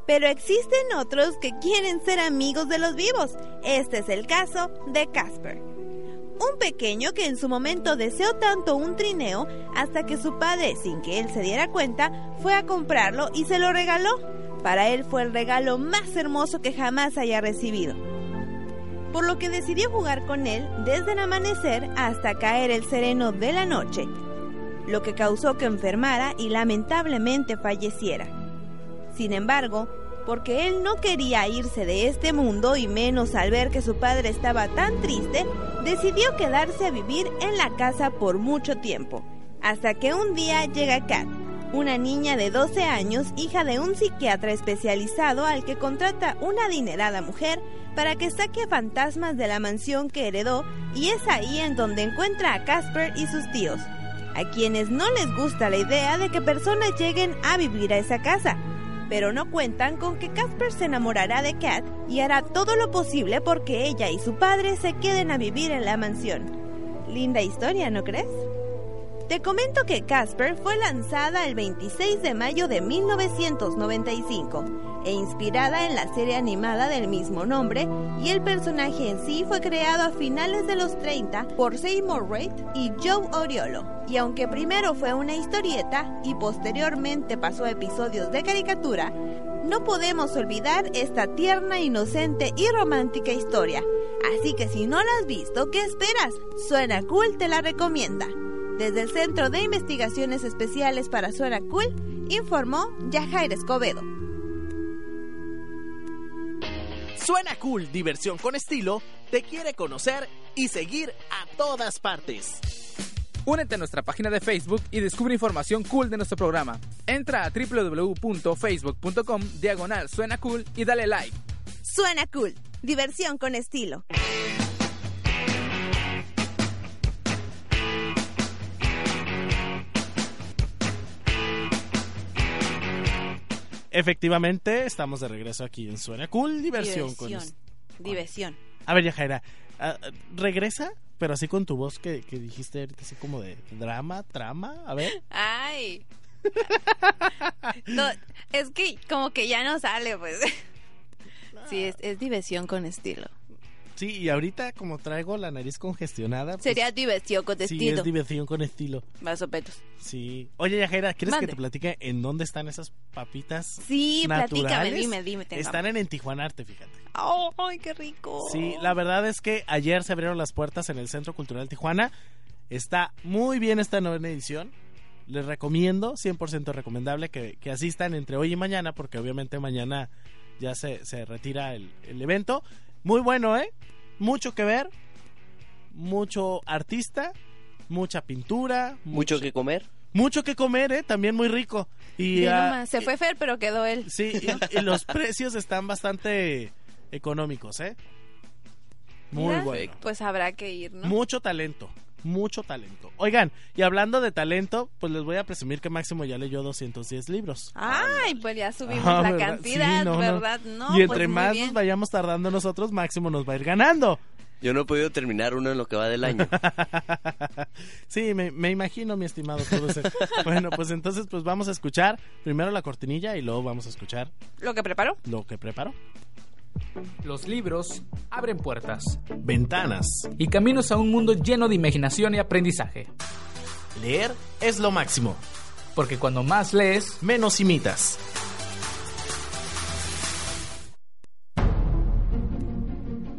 Pero existen otros que quieren ser amigos de los vivos. Este es el caso de Casper. Un pequeño que en su momento deseó tanto un trineo hasta que su padre, sin que él se diera cuenta, fue a comprarlo y se lo regaló. Para él fue el regalo más hermoso que jamás haya recibido. Por lo que decidió jugar con él desde el amanecer hasta caer el sereno de la noche, lo que causó que enfermara y lamentablemente falleciera. Sin embargo, porque él no quería irse de este mundo y menos al ver que su padre estaba tan triste, decidió quedarse a vivir en la casa por mucho tiempo. Hasta que un día llega Kat, una niña de 12 años, hija de un psiquiatra especializado al que contrata una adinerada mujer para que saque fantasmas de la mansión que heredó y es ahí en donde encuentra a Casper y sus tíos, a quienes no les gusta la idea de que personas lleguen a vivir a esa casa, pero no cuentan con que Casper se enamorará de Kat y hará todo lo posible porque ella y su padre se queden a vivir en la mansión. Linda historia, ¿no crees? Te comento que Casper fue lanzada el 26 de mayo de 1995, e inspirada en la serie animada del mismo nombre, y el personaje en sí fue creado a finales de los 30 por Seymour Reid y Joe Oriolo. Y aunque primero fue una historieta y posteriormente pasó a episodios de caricatura, no podemos olvidar esta tierna, inocente y romántica historia. Así que si no la has visto, ¿qué esperas? Suena Cool te la recomienda. Desde el Centro de Investigaciones Especiales para Suena Cool, informó Yajair Escobedo.
Suena cool, diversión con estilo, te quiere conocer y seguir a todas partes.
Únete a nuestra página de Facebook y descubre información cool de nuestro programa. Entra a www.facebook.com diagonal suena cool y dale like.
Suena cool, diversión con estilo.
Efectivamente, estamos de regreso aquí en Suena Cool, diversión. con-
Diversión. Diversión.
A ver, Yajaira, ah, regresa, pero así con tu voz que, que dijiste ahorita, así como de drama, trama, a ver.
Ay.
No, es que como que ya no sale, pues.
Sí, es, es diversión con estilo.
Sí, y ahorita como traigo la nariz congestionada. pues,
Sería diversión con
Sí,
estilo.
es diversión con estilo.
Más sopetos.
Sí. Oye, Yajaira, ¿quieres
Mande.
que te platique en dónde están esas papitas
Sí, platícame,
naturales?
dime, dime, tengo
Están en Entijuanarte, fíjate.
¡Ay, qué rico!
Sí, la verdad es que ayer se abrieron las puertas en el Centro Cultural Tijuana. Está muy bien esta novena edición. Les recomiendo, 100% recomendable, que, que asistan entre hoy y mañana, porque obviamente mañana ya se, se retira el, el evento. Muy bueno, ¿eh? Mucho que ver, mucho artista, mucha pintura.
Mucho que comer.
Mucho que comer, ¿eh? También muy rico. Y,
Ve
ah,
nomás, Se fue Fer, pero quedó él.
Sí, y, y los precios están bastante económicos, ¿eh? Muy
Mira,
bueno.
Pues habrá que ir, ¿no?
Mucho talento, mucho talento. Oigan, y hablando de talento, pues les voy a presumir que Máximo ya leyó 210 libros.
Ay, pues ya subimos
Ah,
la
¿verdad?
cantidad,
Sí, no, no.
¿verdad? No,
y
pues
entre
muy
más
bien.
nos vayamos tardando nosotros, Máximo nos va a ir ganando.
Yo no he podido terminar uno en lo que va del año.
Sí, me, me imagino, mi estimado producer. bueno, pues entonces pues vamos a escuchar primero la cortinilla y luego vamos a escuchar
¿Lo que preparó?
lo que preparó.
Los libros abren puertas,
ventanas
y caminos a un mundo lleno de imaginación y aprendizaje.
Leer es lo máximo.
Porque cuando más lees,
menos imitas.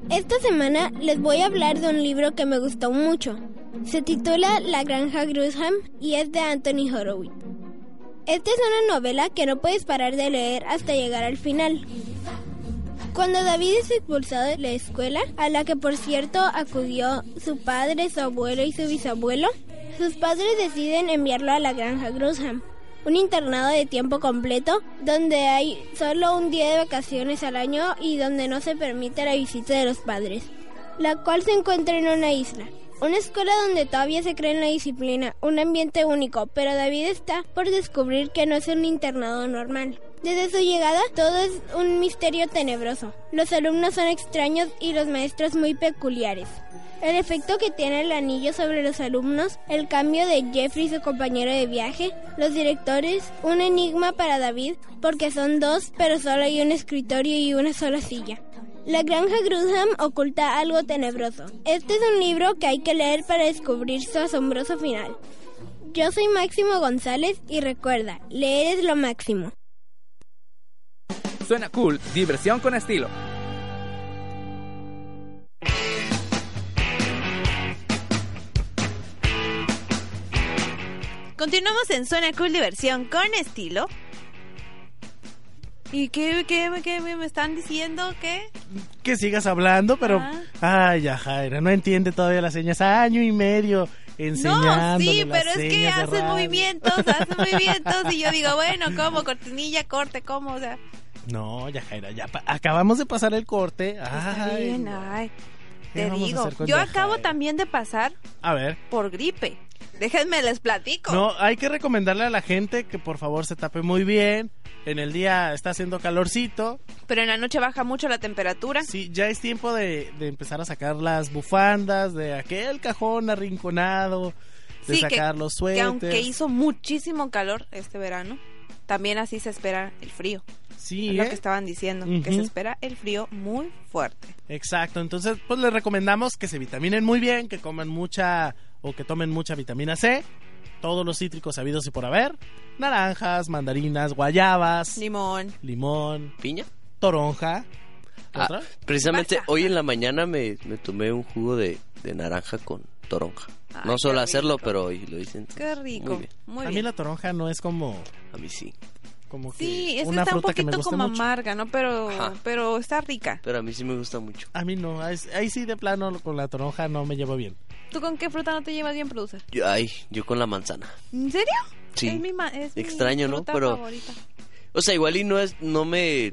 Esta semana les voy a hablar de un libro que me gustó mucho. Se titula La Granja Grisham y es de Anthony Horowitz. Esta es una novela que no puedes parar de leer hasta llegar al final. Cuando David es expulsado de la escuela, a la que por cierto acudió su padre, su abuelo y su bisabuelo, sus padres deciden enviarlo a la granja Grisham, un internado de tiempo completo donde hay solo un día de vacaciones al año y donde no se permite la visita de los padres, la cual se encuentra en una isla. Una escuela donde todavía se cree en la disciplina, un ambiente único, pero David está por descubrir que no es un internado normal. Desde su llegada, todo es un misterio tenebroso. Los alumnos son extraños y los maestros muy peculiares. El efecto que tiene el anillo sobre los alumnos, el cambio de Jeffrey, su compañero de viaje, los directores, un enigma para David, porque son dos, pero solo hay un escritorio y una sola silla. La granja Grudham oculta algo tenebroso. Este es un libro que hay que leer para descubrir su asombroso final. Yo soy Máximo González y recuerda, leer es lo máximo.
suena cool, diversión con estilo.
Continuamos en Suena Cool Diversión con estilo. ¿Y qué, qué, qué me están diciendo? ¿Qué?
Que sigas hablando, pero...
Ah.
Ay, ya, Jaira, no entiende todavía las señas. Año y medio
No,
enseñándole
sí,
las
pero es que
señas de
haces
radio.
movimientos, haces movimientos. Y yo digo, bueno, ¿cómo? Cortinilla, corte, ¿cómo? O sea,
No, ya, Jaira, ya pa- acabamos de pasar el corte.
está
Ay,
bien, ah.
no.
ay.
¿Qué
Te
vamos a
digo,
hacer con
yo
Yajaira?
acabo también de pasar
A ver.
por gripe. Déjenme les platico.
No, hay que recomendarle a la gente que por favor se tape muy bien. En el día está haciendo calorcito.
Pero en la noche baja mucho la temperatura.
Sí, ya es tiempo de, de empezar a sacar las bufandas de aquel cajón arrinconado, de
Sí, que-
sacar los
Que
suéteres.
aunque hizo muchísimo calor este verano, también así se espera el frío.
Sí,
es lo
¿eh?
que estaban diciendo, que
Ujú.
se espera el frío muy fuerte.
Exacto, entonces pues les recomendamos que se vitaminen muy bien, que coman mucha o que tomen mucha vitamina C, todos los cítricos sabidos y por haber, naranjas, mandarinas, guayabas,
limón,
limón,
piña,
toronja. ¿Qué
Ah,
otra?
precisamente hoy en la mañana me, me tomé un jugo de, de naranja con toronja.
Ay,
no suelo
qué
hacerlo, pero hoy lo hice. entonces,
Qué rico.
Muy
Muy
bien.
bien.
a mí la toronja no es como
A mí sí.
como que
Sí, es que
eh, una
está un
fruta que me
poquito
guste
como
mucho.
amarga, ¿no? Pero,
Ajá.
pero está rica.
Pero a mí sí me gusta mucho.
A mí no, ahí ahí sí de plano con la toronja no me llevo bien.
¿Tú con qué fruta no te llevas bien, producer?
Yo, ay, yo con la manzana.
¿En serio?
Sí.
Es mi ma- es mi
Extraño, ¿no?
fruta
Pero-
favorita.
O sea, igual y no es, no me,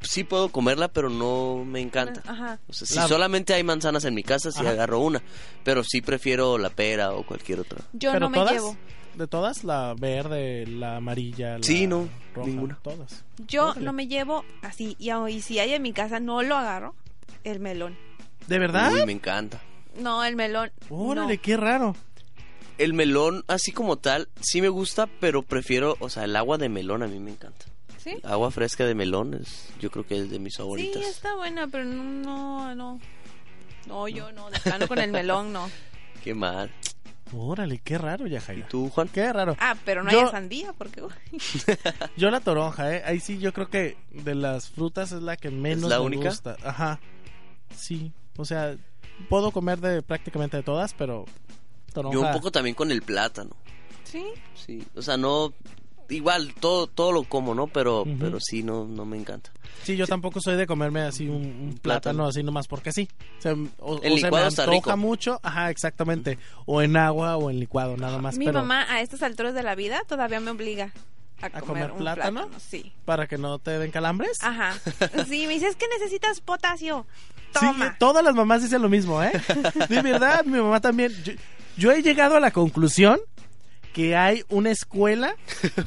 sí puedo comerla, pero no me encanta.
Ajá.
O sea, si
La-
solamente hay manzanas en mi casa, sí
Ajá.
agarro una, pero sí prefiero la pera o cualquier otra.
Yo
Pero
no me
todas,
llevo.
De todas, la verde, la amarilla, la
Sí, no,
roja,
ninguna.
todas.
Yo
Órale.
no me llevo así. Y, aun- y si hay en mi casa, no lo agarro. El melón.
¿De verdad?
Uy, me encanta.
No, el melón.
Órale, qué raro.
El melón, así como tal, sí me gusta, pero prefiero, o sea, el agua de melón a mí me encanta.
no. ¿Sí?
Agua fresca de melón, es, yo creo que es de mis
Sí,
favoritas.
está buena, pero no, no, no. No, yo no, de plano con el melón no.
Qué mal.
Órale, qué raro, ya ¿Y
tú, Juan?
Qué raro.
Ah, pero no
Yo-
hay sandía, porque... uy.
Yo la toronja, ¿eh? Ahí sí, yo creo que de las frutas es la que menos
la
me
única?
gusta. Ajá. Sí. O sea, puedo comer de prácticamente de todas, pero toronja.
Yo un poco también con el plátano.
¿Sí?
Sí, o sea, no igual todo todo lo como, ¿no? Pero
Ujú.
pero sí no no me encanta.
Sí, yo tampoco soy de comerme así un, un plátano así nomás porque sí. Se- o
En
o se me
licuado está
antoja
rico.
mucho, ajá, exactamente. O en agua o en licuado, nada más.
Mi
pero
mamá a estas alturas de la vida todavía me obliga a, comer,
comer
un
plátano?
plátano. Sí.
para que no te den calambres.
Ajá. Sí, me dices que necesitas potasio.
Sí, todas las mamás dicen lo mismo, ¿eh? De verdad, mi mamá también. Yo, yo he llegado a la conclusión que hay una escuela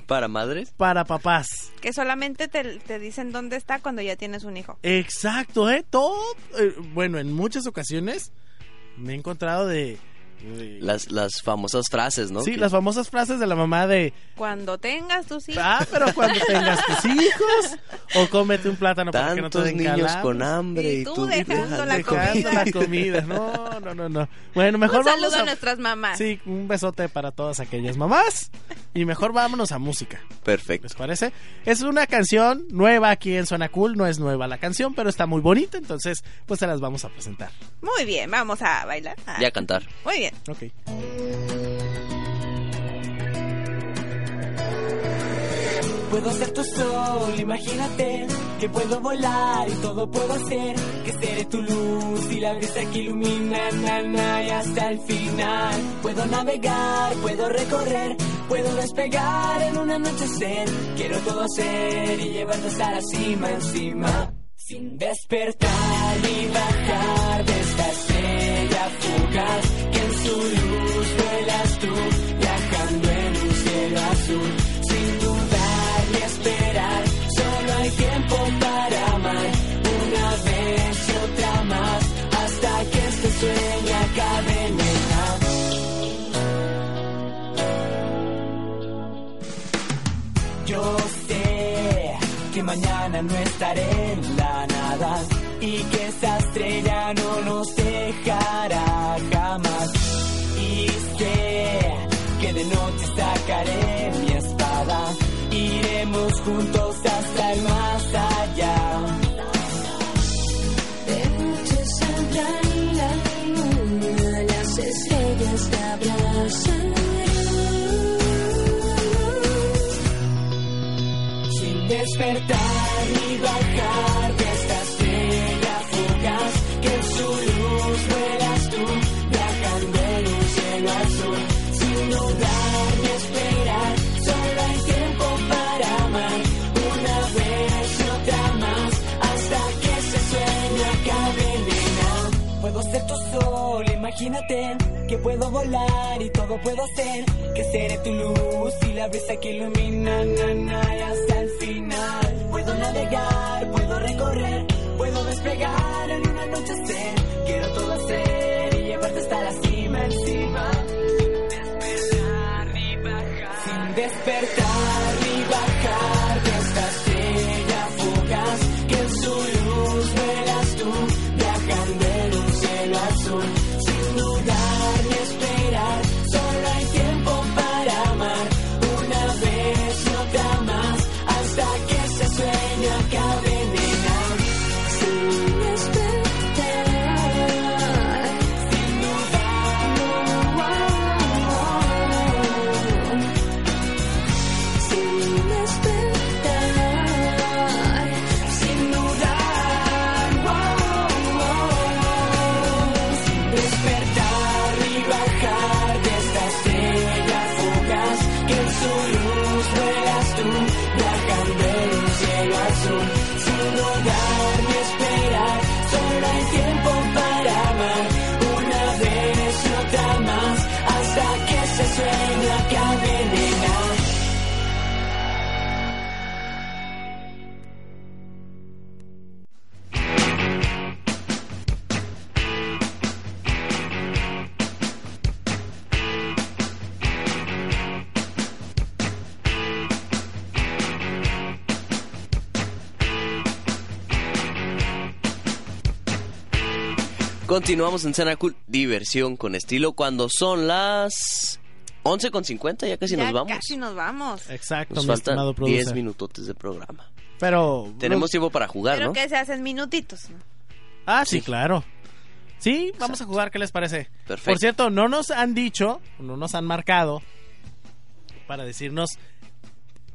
Para madres.
para papás.
Que solamente te, te dicen dónde está cuando ya tienes un hijo.
Exacto, ¿eh? Todo. eh, bueno, en muchas ocasiones me he encontrado de. de-
Las las famosas frases, ¿no?
sí,
Que-
las famosas frases de la mamá de.
Cuando tengas tus hijos.
Ah, pero cuando tengas tus hijos. O cómete un plátano para que no te
tantos
den
niños
calambres.
con hambre y,
Y tú dejando la
Dejando la comida. No, no, no, no. Bueno, mejor
un saludo
vamos
a
a.
nuestras mamás.
Sí, un besote para todas aquellas mamás. Y mejor vámonos a música,
Perfecto.
¿les parece? Es una canción nueva aquí en Zona Cool, no es nueva la canción, pero está muy bonita, entonces pues se las vamos a presentar.
Muy bien, vamos a bailar. Ah,
Ya cantar.
Muy bien.
Ok.
Puedo ser tu sol, imagínate que puedo volar y todo puedo hacer, que seré tu luz y la brisa que ilumina na, na, y hasta el final. Puedo navegar, puedo recorrer, puedo despegar en un anochecer. Quiero todo hacer y llevarte hasta la cima encima. Sin despertar y bajar de esta estrella fugaz que en su luz vuelas tú, viajando en un cielo azul. Sin dudar ni esperar, solo hay tiempo para amar. Una vez y otra más, hasta que este sueño acabe en el mar. Yo sé que mañana no estaré en la nada y que esa estrella no nos dejará jamás. Y sé que de noche sacaré mi espada, iremos juntos hasta el más allá.
De noche saldrán la luna, las estrellas te abrazarán.
Sin despertar ni bajar de esta estrella fugaz que en su luz vuelas tú, viajando en un cielo azul. Sin dudar ni esperar, solo hay tiempo para amar. Una vez y otra más, hasta que ese sueño acabe en nada. Puedo ser tu sol, imagínate que puedo volar y todo puedo hacer. Que seré tu luz y la brisa que ilumina na, na, y hasta el final. Puedo navegar, puedo recorrer, puedo despegar en un anochecer. Quiero todo hacer y llevarte hasta la cima encima. Sin despertar ni bajar de esta estrella
sueño que envenena.
Continuamos en Cena Cool, diversión con estilo, cuando son las 11.50, ya casi
Ya
nos vamos.
Casi nos vamos.
Exacto,
Nos
mi
faltan
estimado producer.
10 minutotes de programa.
Pero.
Tenemos tiempo para jugar,
Creo
¿no?
que se hacen minutitos. ¿no?
Ah, sí, claro. Sí, vamos a jugar, ¿qué les parece?
Perfecto.
Por cierto, no nos han dicho, no nos han marcado para decirnos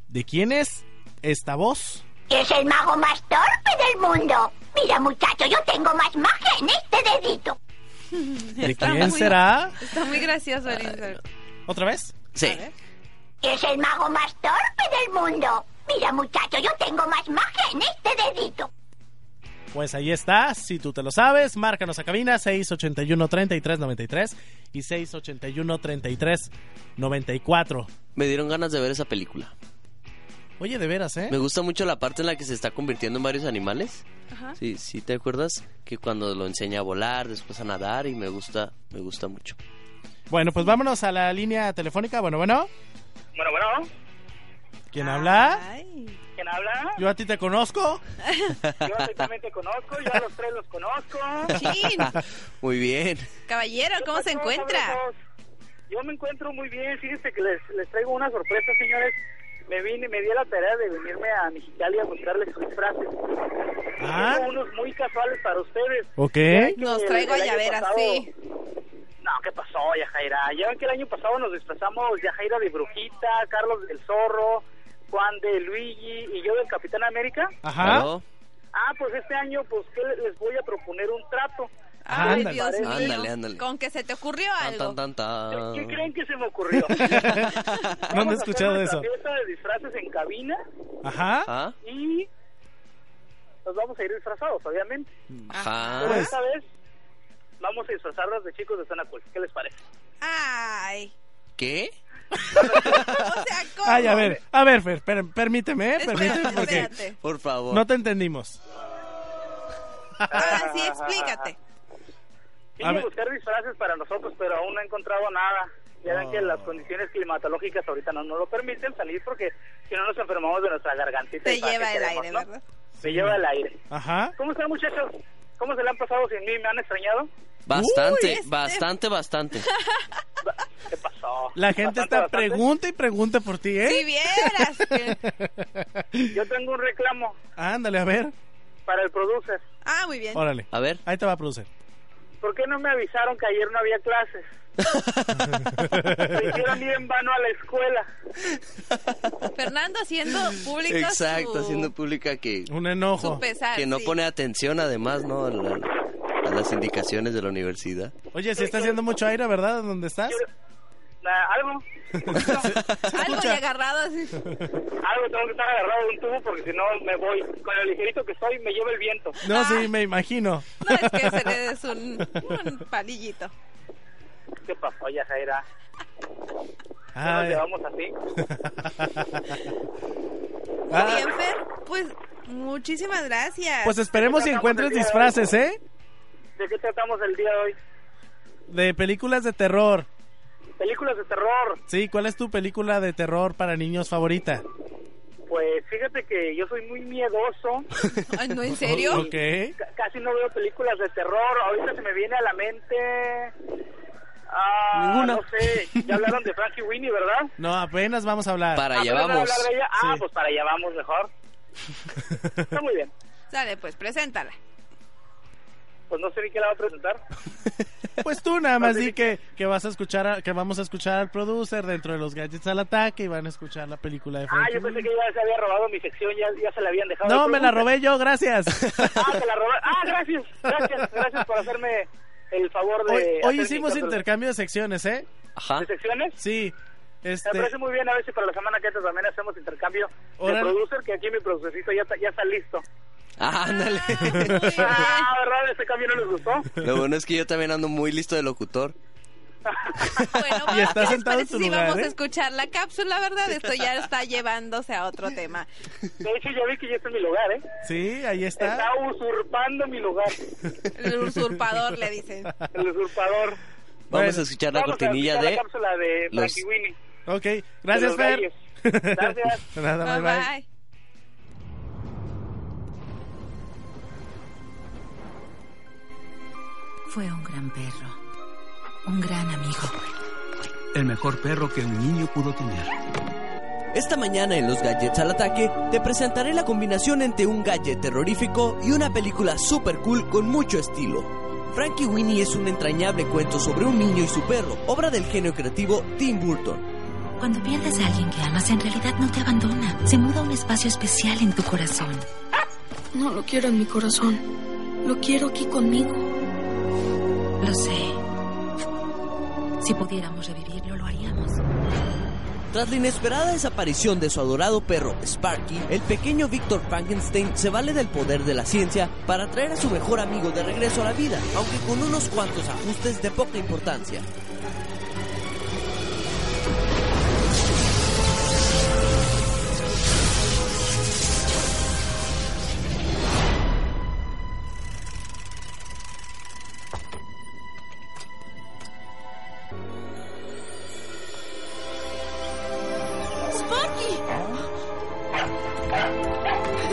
de quién es esta voz.
Es el mago más torpe del mundo. Mira, muchacho, yo tengo más magia en este dedito.
¿De
Está
quién
muy-
será?
Está muy gracioso el Instagram.
¿Otra vez?
Sí.
Es el mago más torpe del mundo. Mira, muchacho, yo tengo más magia en este dedito.
Pues ahí está, si tú te lo sabes, márcanos a cabina 681-3393 y 681-3394.
Me dieron ganas de ver esa película.
Oye, de veras, ¿eh?
Me gusta mucho la parte en la que se está convirtiendo en varios animales.
Ajá.
Sí, sí, ¿te acuerdas? Que cuando lo enseña a volar, después a nadar y me gusta, me gusta mucho.
Bueno, pues vámonos a la línea telefónica. Bueno, bueno,
Bueno, bueno.
¿quién habla?
¿Quién habla?
Yo a ti te conozco.
Yo exactamente conozco, yo a los tres los conozco.
Ah.
Muy bien.
Caballero, ¿cómo se encuentra?
Yo me encuentro muy bien, fíjense que les, les traigo una sorpresa, señores. Me vine, me di a la tarea de venirme a Mexicali a buscarles sus frases.
Ah.
Tengo unos muy casuales para ustedes.
Ok.
Ya que
Nos
el-
traigo a
el año
llavera,
pasado-
sí.
No, ¿qué pasó, Yajaira? Ya ven que el año pasado nos disfrazamos Yajaira de Brujita, Carlos del Zorro, Juan de Luigi y yo del Capitán América.
Ajá.
Ah, pues este año, pues, ¿qué le- les voy a proponer? Un trato.
Ay,
Ándale.
Dios mío.
Ándale, ándale.
Con que se te ocurrió
Tan,
algo.
tan, tan, tan.
¿Qué creen que se me ocurrió?
Ah, No
Vamos
me
a
he escuchado
hacer
eso.
nuestra fiesta de disfraces en cabina
Ajá.
y nos vamos a ir disfrazados, obviamente.
Ajá.
Pero
Pues,
esta vez vamos a disfrazarnos de chicos de Zona Cool. ¿Qué les parece?
Ay.
¿Qué?
Ay, a ver, a ver, Fer, per- permíteme, ¿eh? permíteme porque
Por favor.
no te entendimos.
Ahora
sí, explícate.
A
Vine a
ver.
buscar disfraces para nosotros, pero aún no he encontrado nada. Ya ven
Oh.
que las condiciones climatológicas ahorita no nos lo permiten salir porque si no nos enfermamos de nuestra gargantita.
Te
y para
lleva
qué
el
queremos,
aire,
¿no?
¿verdad?
Se lleva el aire.
Ajá.
¿Cómo están, muchachos? ¿Cómo se le han pasado sin mí? ¿Me han extrañado?
Bastante,
Uy, este-
bastante, bastante.
La gente está pregunta y pregunta por ti, ¿eh?
vieras. Yo tengo un reclamo
Ándale, a ver.
para el producer. Ah, muy
Eh.
bien.
Órale.
A ver.
Ahí te va a producir.
¿Por qué no me avisaron que ayer no había clases? Me hicieron ir en vano a la escuela.
Fernando haciendo público
Exacto,
su...
haciendo pública que...
Un enojo.
su pesar,
Que no
sí.
pone atención además, ¿no? A, la- a las indicaciones de la universidad.
Oye, si está haciendo mucho aire, ¿verdad? ¿Dónde estás?
Ah, ¿Algo?
Algo y agarrado así.
Algo tengo que estar agarrado de un tubo porque si no me voy. Con el ligerito que soy me lleva el viento.
No,
Ah.
sí, me imagino.
No, es que se le des un, un palillito.
¿Qué pasó, Yajaira? ¿Ya nos
Ay.
llevamos así?
Ah,
Bien, Fer, pues muchísimas gracias.
pues esperemos si encuentres disfraces, ¿eh?
¿De qué tratamos el día de hoy?
De películas de terror.
Películas de terror.
Sí, ¿cuál es tu película de terror para niños favorita?
Pues fíjate que yo soy muy miedoso.
Ay, no, ¿en
Ok.
C- casi no veo películas de terror. Ahorita se me viene a la mente. Ah,
Ninguna.
No sé. Ya hablaron de Frankie Winnie, ¿verdad?
No, apenas vamos a hablar.
Ah, ¿pero van a hablar de ella? Ah, pues para allá vamos mejor. Está muy bien.
Sale, pues preséntala.
Pues no sé ni qué la va a presentar.
Pues tú nada más di que, que vas a escuchar a- que vamos a escuchar al producer dentro de los gadgets al ataque y van a escuchar la película de
Ah,
Frankie
yo pensé que ya se había robado mi sección, ya, ya se la habían dejado.
No,
Yo
me la
pregunto.
robé yo, gracias.
Ah, te la robé. Ah, gracias, gracias, gracias por hacerme el favor de...
Hoy, hoy
hacer
hicimos
mi control.
intercambio de secciones, ¿eh?
Ajá.
¿De secciones?
Sí. Este,
Me parece muy bien, a ver si para la semana que entra también hacemos intercambio
Órale.
de producer, que aquí mi producercito ya está, ya está listo.
Ah, Ándale.
Ah, ¿verdad? Ese cambio no les gustó.
Lo bueno es que yo también ando muy listo de locutor.
y está sentado en
pues, Parece
su
si
lugar,
vamos a
¿eh?
escuchar la cápsula, ¿verdad? Esto ya está llevándose a otro tema.
De hecho, ya vi que ya está en mi lugar, ¿eh?
Sí, ahí
Está,
está.
usurpando mi lugar.
El usurpador, le dicen.
El usurpador.
Vamos a escuchar la
Vamos a
cortinilla
escuchar
de...
La cápsula de
los-
Frankie Winnie.
Ok, gracias,
De los
Fer.
gallos. Gracias.
Nada, bye, bye.
Fue un gran perro, un gran amigo.
El mejor perro que un niño pudo tener.
Esta mañana en los Gadgets al Ataque te presentaré la combinación entre un gadget terrorífico y una película super cool con mucho estilo. Frankie Winnie es un entrañable cuento sobre un niño y su perro, obra del genio creativo Tim Burton.
Cuando pierdes a alguien que amas, en realidad no te abandona. Se muda a un espacio especial en tu corazón.
No lo quiero en mi corazón. Lo quiero aquí conmigo.
Lo sé. Si pudiéramos revivirlo, lo haríamos.
Tras la inesperada desaparición de su adorado perro Sparky, el pequeño Víctor Frankenstein se vale del poder de la ciencia para traer a su mejor amigo de regreso a la vida, aunque con unos cuantos ajustes de poca importancia.
¡Sparky!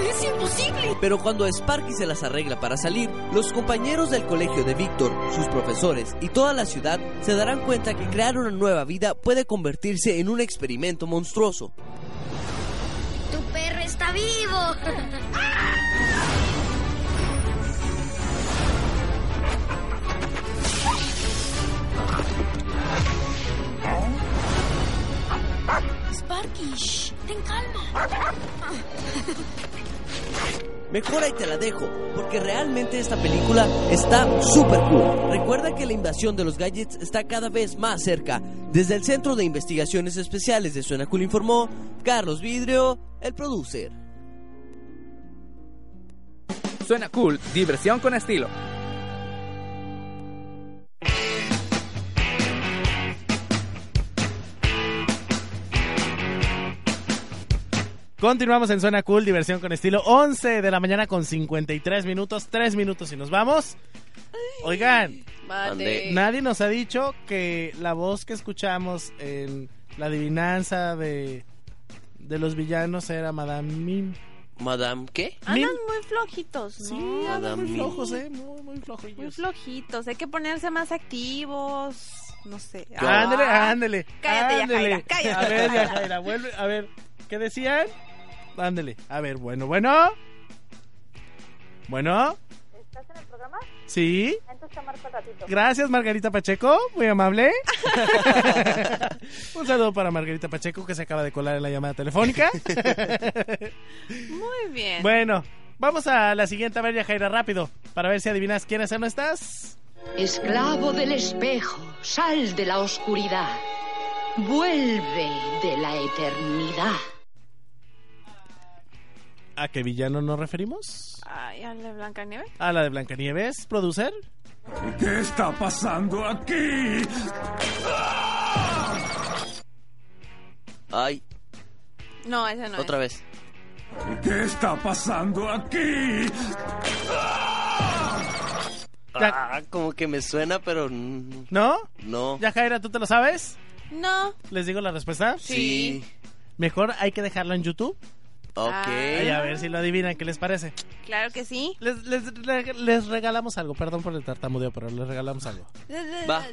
¡Es imposible!
Pero cuando Sparky se las arregla para salir, los compañeros del colegio de Víctor, sus profesores y toda la ciudad se darán cuenta que crear una nueva vida puede convertirse en un experimento monstruoso.
¡Tu perro está vivo!
Sparky, shh, ten calma.
Mejor ahí te la dejo, porque realmente esta película está súper cool. Recuerda que la invasión de los gadgets está cada vez más cerca. Desde el Centro de Investigaciones Especiales de Suena Cool informó Carlos Vidrio, el producer.
Suena cool, diversión con estilo.
Continuamos en Suena Cool, diversión con estilo. 11 de la mañana con 53 minutos, 3 minutos y nos vamos. Oigan,
Vale.
nadie nos ha dicho que la voz que escuchamos en la adivinanza de, de los villanos era Madame Mim.
¿Madame qué?
Andan muy flojitos, ¿no?
Sí, andan muy
Madame.
flojos, ¿eh? Muy, muy flojillos.
Muy flojitos. Hay que ponerse más activos. No sé.
Ándele,
Ah.
ándele.
Cállate,
ándele.
Yajaira, cállate.
A ver, Yajaira, vuelve. A ver, ¿qué decían? Ándele. A ver, bueno, bueno. Bueno,
¿Estás en el programa?
sí.
Entonces te marco al ratito.
Gracias, Margarita Pacheco. Muy amable. Un saludo para Margarita Pacheco que se acaba de colar en la llamada telefónica.
Muy bien.
bueno, vamos a la siguiente. A ver, Yajaira, rápido. Para ver si adivinas quiénes son estas.
Esclavo del espejo, sal de la oscuridad. Vuelve de la eternidad.
¿A qué villano nos referimos?
Ay, ¿al de Blancanieves?
A la de Blancanieves, producer.
¿Qué está pasando aquí?
Ay,
No, esa no
otra
es.
vez.
¿Qué está pasando aquí?
Ah, como que me suena, pero n-
¿No?
no.
Yajaira, ¿tú te lo sabes?
No.
¿Les digo la respuesta?
Sí.
Mejor hay que dejarlo en YouTube.
Ok.
Y a ver si lo adivinan, ¿qué les parece?
Claro que sí.
Les, les, reg- les regalamos algo, perdón por el tartamudeo, pero les regalamos algo.
Va.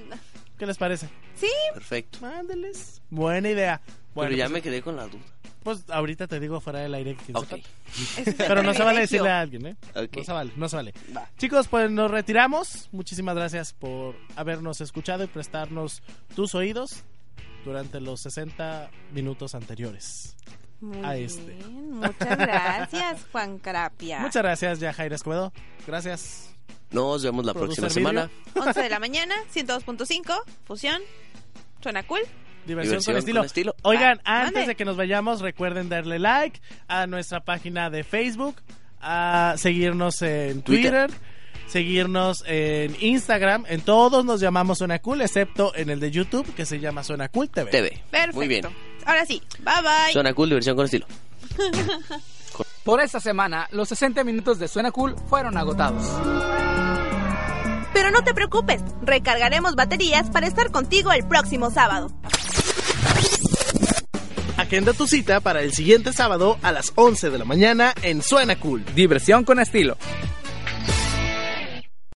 ¿Qué les parece?
Sí.
Perfecto.
Mándeles. Buena idea. Bueno,
pero ya
pues,
me quedé con la duda.
pues ahorita te digo fuera del aire. quién se
Ok.
trata.
Ese es el
Pero no se vale
privilegio.
decirle a alguien, ¿eh?
Ok.
No se vale, no se vale. Chicos, pues nos retiramos. Muchísimas gracias por habernos escuchado y prestarnos tus oídos durante los 60 minutos anteriores.
Muy
a
bien.
este.
Muchas gracias, Juan Crapia.
Muchas gracias, ya Jaira Escobedo. Gracias.
Nos vemos la
Producer
próxima semana.
Video.
11 de la mañana, 102.5, fusión. Suena cool.
Diversión,
Diversión
con,
con
estilo.
estilo.
Oigan,
Ah,
antes
mande.
de que nos vayamos, recuerden darle like a nuestra página de Facebook, a seguirnos en Twitter.
Twitter.
seguirnos en Instagram. En todos nos llamamos Suena Cool, excepto en el de YouTube, que se llama Suena Cool TV.
TV.
Perfecto.
Muy bien.
Ahora sí, bye bye.
Suena cool, diversión con estilo.
Por esta semana, los 60 minutos de Suena Cool fueron agotados.
Pero no te preocupes, recargaremos baterías para estar contigo el próximo sábado.
Agenda tu cita para el siguiente sábado a las 11 de la mañana en Suena Cool.
Diversión con estilo.